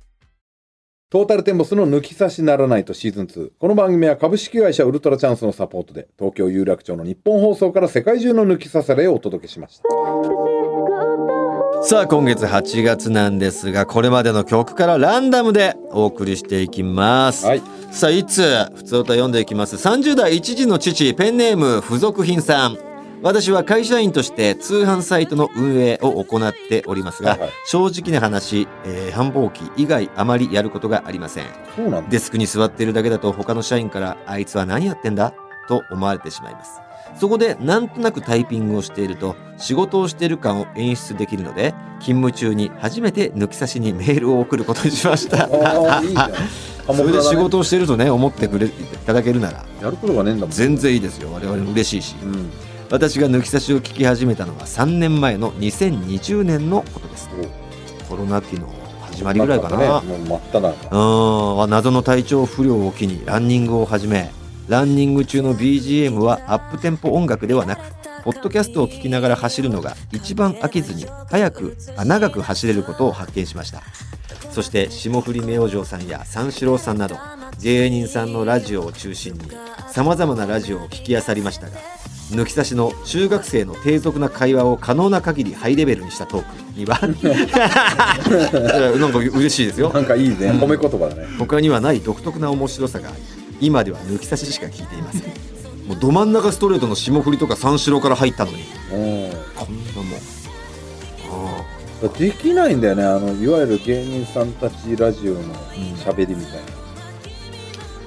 Speaker 2: トータルテンボスの抜き差しならないとシーズン2。この番組は株式会社ウルトラチャンスのサポートで、東京有楽町の日本放送から世界中の抜き差されをお届けしました。
Speaker 1: さあ今月8月なんですがこれまでの曲からランダムでお送りしていきます、
Speaker 2: はい
Speaker 1: さあいつ普通歌読んでいきます30代一児の父ペンネーム付属品さん私は会社員として通販サイトの運営を行っておりますが、
Speaker 2: はいはい
Speaker 1: 正直な話、えー繁忙期以外あまりやることがありません
Speaker 2: そうなんだ。
Speaker 1: デスクに座っているだけだと他の社員からあいつは何やってんだと思われてしまいます。そこでなんとなくタイピングをしていると仕事をしている感を演出できるので勤務中に初めて抜き差しにメールを送ることにしました。
Speaker 2: ああ、いいじゃん。
Speaker 1: (laughs) それで仕
Speaker 2: 仕事
Speaker 1: 事をしているとね思ってくれいただけるなら
Speaker 2: やることがねえんだもん。
Speaker 1: 全然いいですよ我々も嬉しいし。
Speaker 2: うん。
Speaker 1: 私が抜き差しを聞き始めたのは3年前の2020年のことですコロナ期の始まりぐらいかな、
Speaker 2: もう真っただ中
Speaker 1: うーんは謎の体調不良を機にランニングを始めランニング中の BGM はアップテンポ音楽ではなくポッドキャストを聞きながら走るのが一番飽きずに早くあ長く走れることを発見しましたそして霜降り明星さんや三四郎さんなど芸人さんのラジオを中心にさまざまなラジオを聞きあさりましたが抜き差しの中学生の低俗な会話を可能な限りハイレベルにしたトークには (laughs) なんか嬉しいですよ
Speaker 2: なんかいいね褒め言葉だね
Speaker 1: 他にはない独特な面白さがあり今では抜き差ししか聞いていませんもうど真ん中ストレートの霜降りとか三四郎から入ったのに
Speaker 2: う
Speaker 1: こんなもんあ
Speaker 2: んできないんだよねあのいわゆる芸人さんたちラジオの喋りみたい
Speaker 1: あ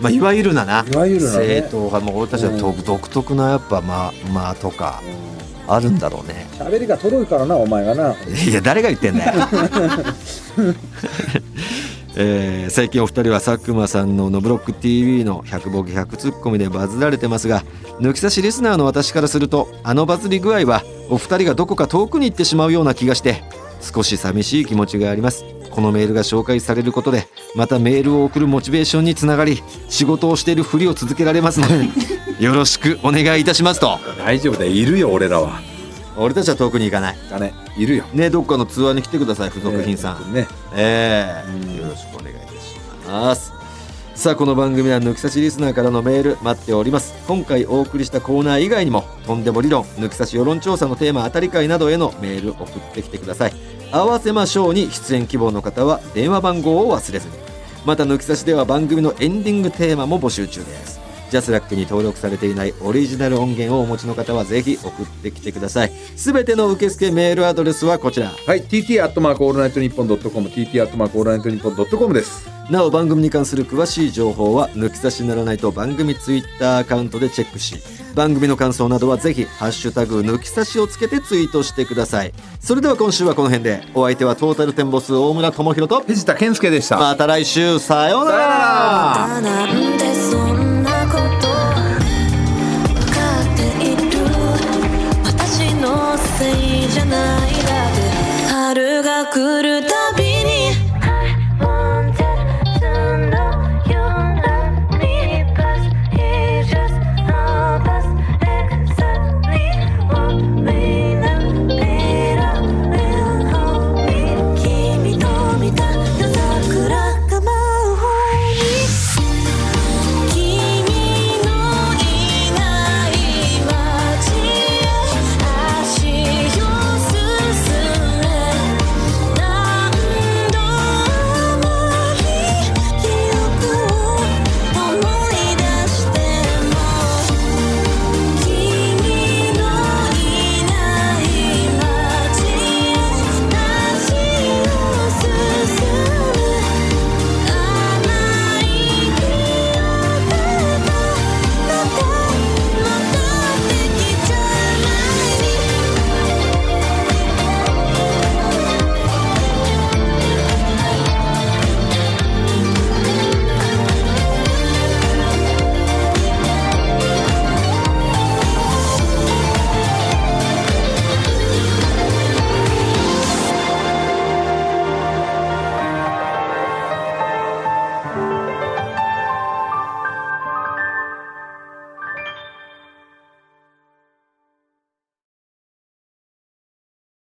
Speaker 1: まあいわゆるなない
Speaker 2: わゆるなね
Speaker 1: 正統派もう俺たちはと独特なやっぱまあまあとかあるんだろうね
Speaker 2: な喋、りがとろいからなお前がない
Speaker 1: や誰が言ってんだよ、えー最近お二人は佐久間さんの「ノブロック TV」の100ボケ100ツッコミでバズられてますが抜き差しリスナーの私からするとあのバズり具合はお二人がどこか遠くに行ってしまうような気がして少し寂しい気持ちがありますこのメールが紹介されることでまたメールを送るモチベーションにつながり仕事をしているふりを続けられますのでよろしくお願いいたしますと
Speaker 2: 大丈夫だよいるよ俺らは
Speaker 1: 俺たちは遠くに行かない
Speaker 2: だねいるよ
Speaker 1: ねどっかのツアーに来てください付属品さん、
Speaker 2: ね
Speaker 1: ええ
Speaker 2: うん
Speaker 1: よろしくお願いいたしますさあこの番組は抜き差しリスナーからのメール待っております今回お送りしたコーナー以外にもとんでも理論抜き差し世論調査のテーマ当たり会などへのメール送ってきてください合わせましょうに出演希望の方は電話番号を忘れずにまた抜き差しでは番組のエンディングテーマも募集中ですジャスラックに登録されていないオリジナル音源をお持ちの方はぜひ送ってきてくださいすべての受付メールアドレスはこちら
Speaker 2: はい TT アットマークオールナイトニッポンドットコム TT アットマークオールナイトニッポンドットコムです
Speaker 1: なお番組に関する詳しい情報は抜き差しならないと番組ツイッターアカウントでチェックし番組の感想などはぜひ「ハッシュタグ抜き差し」をつけてツイートしてくださいそれでは今週はこの辺でお相手はトータルテンボス大村智広と
Speaker 2: 藤田健介でした
Speaker 1: また来週さようなら
Speaker 7: なんてそん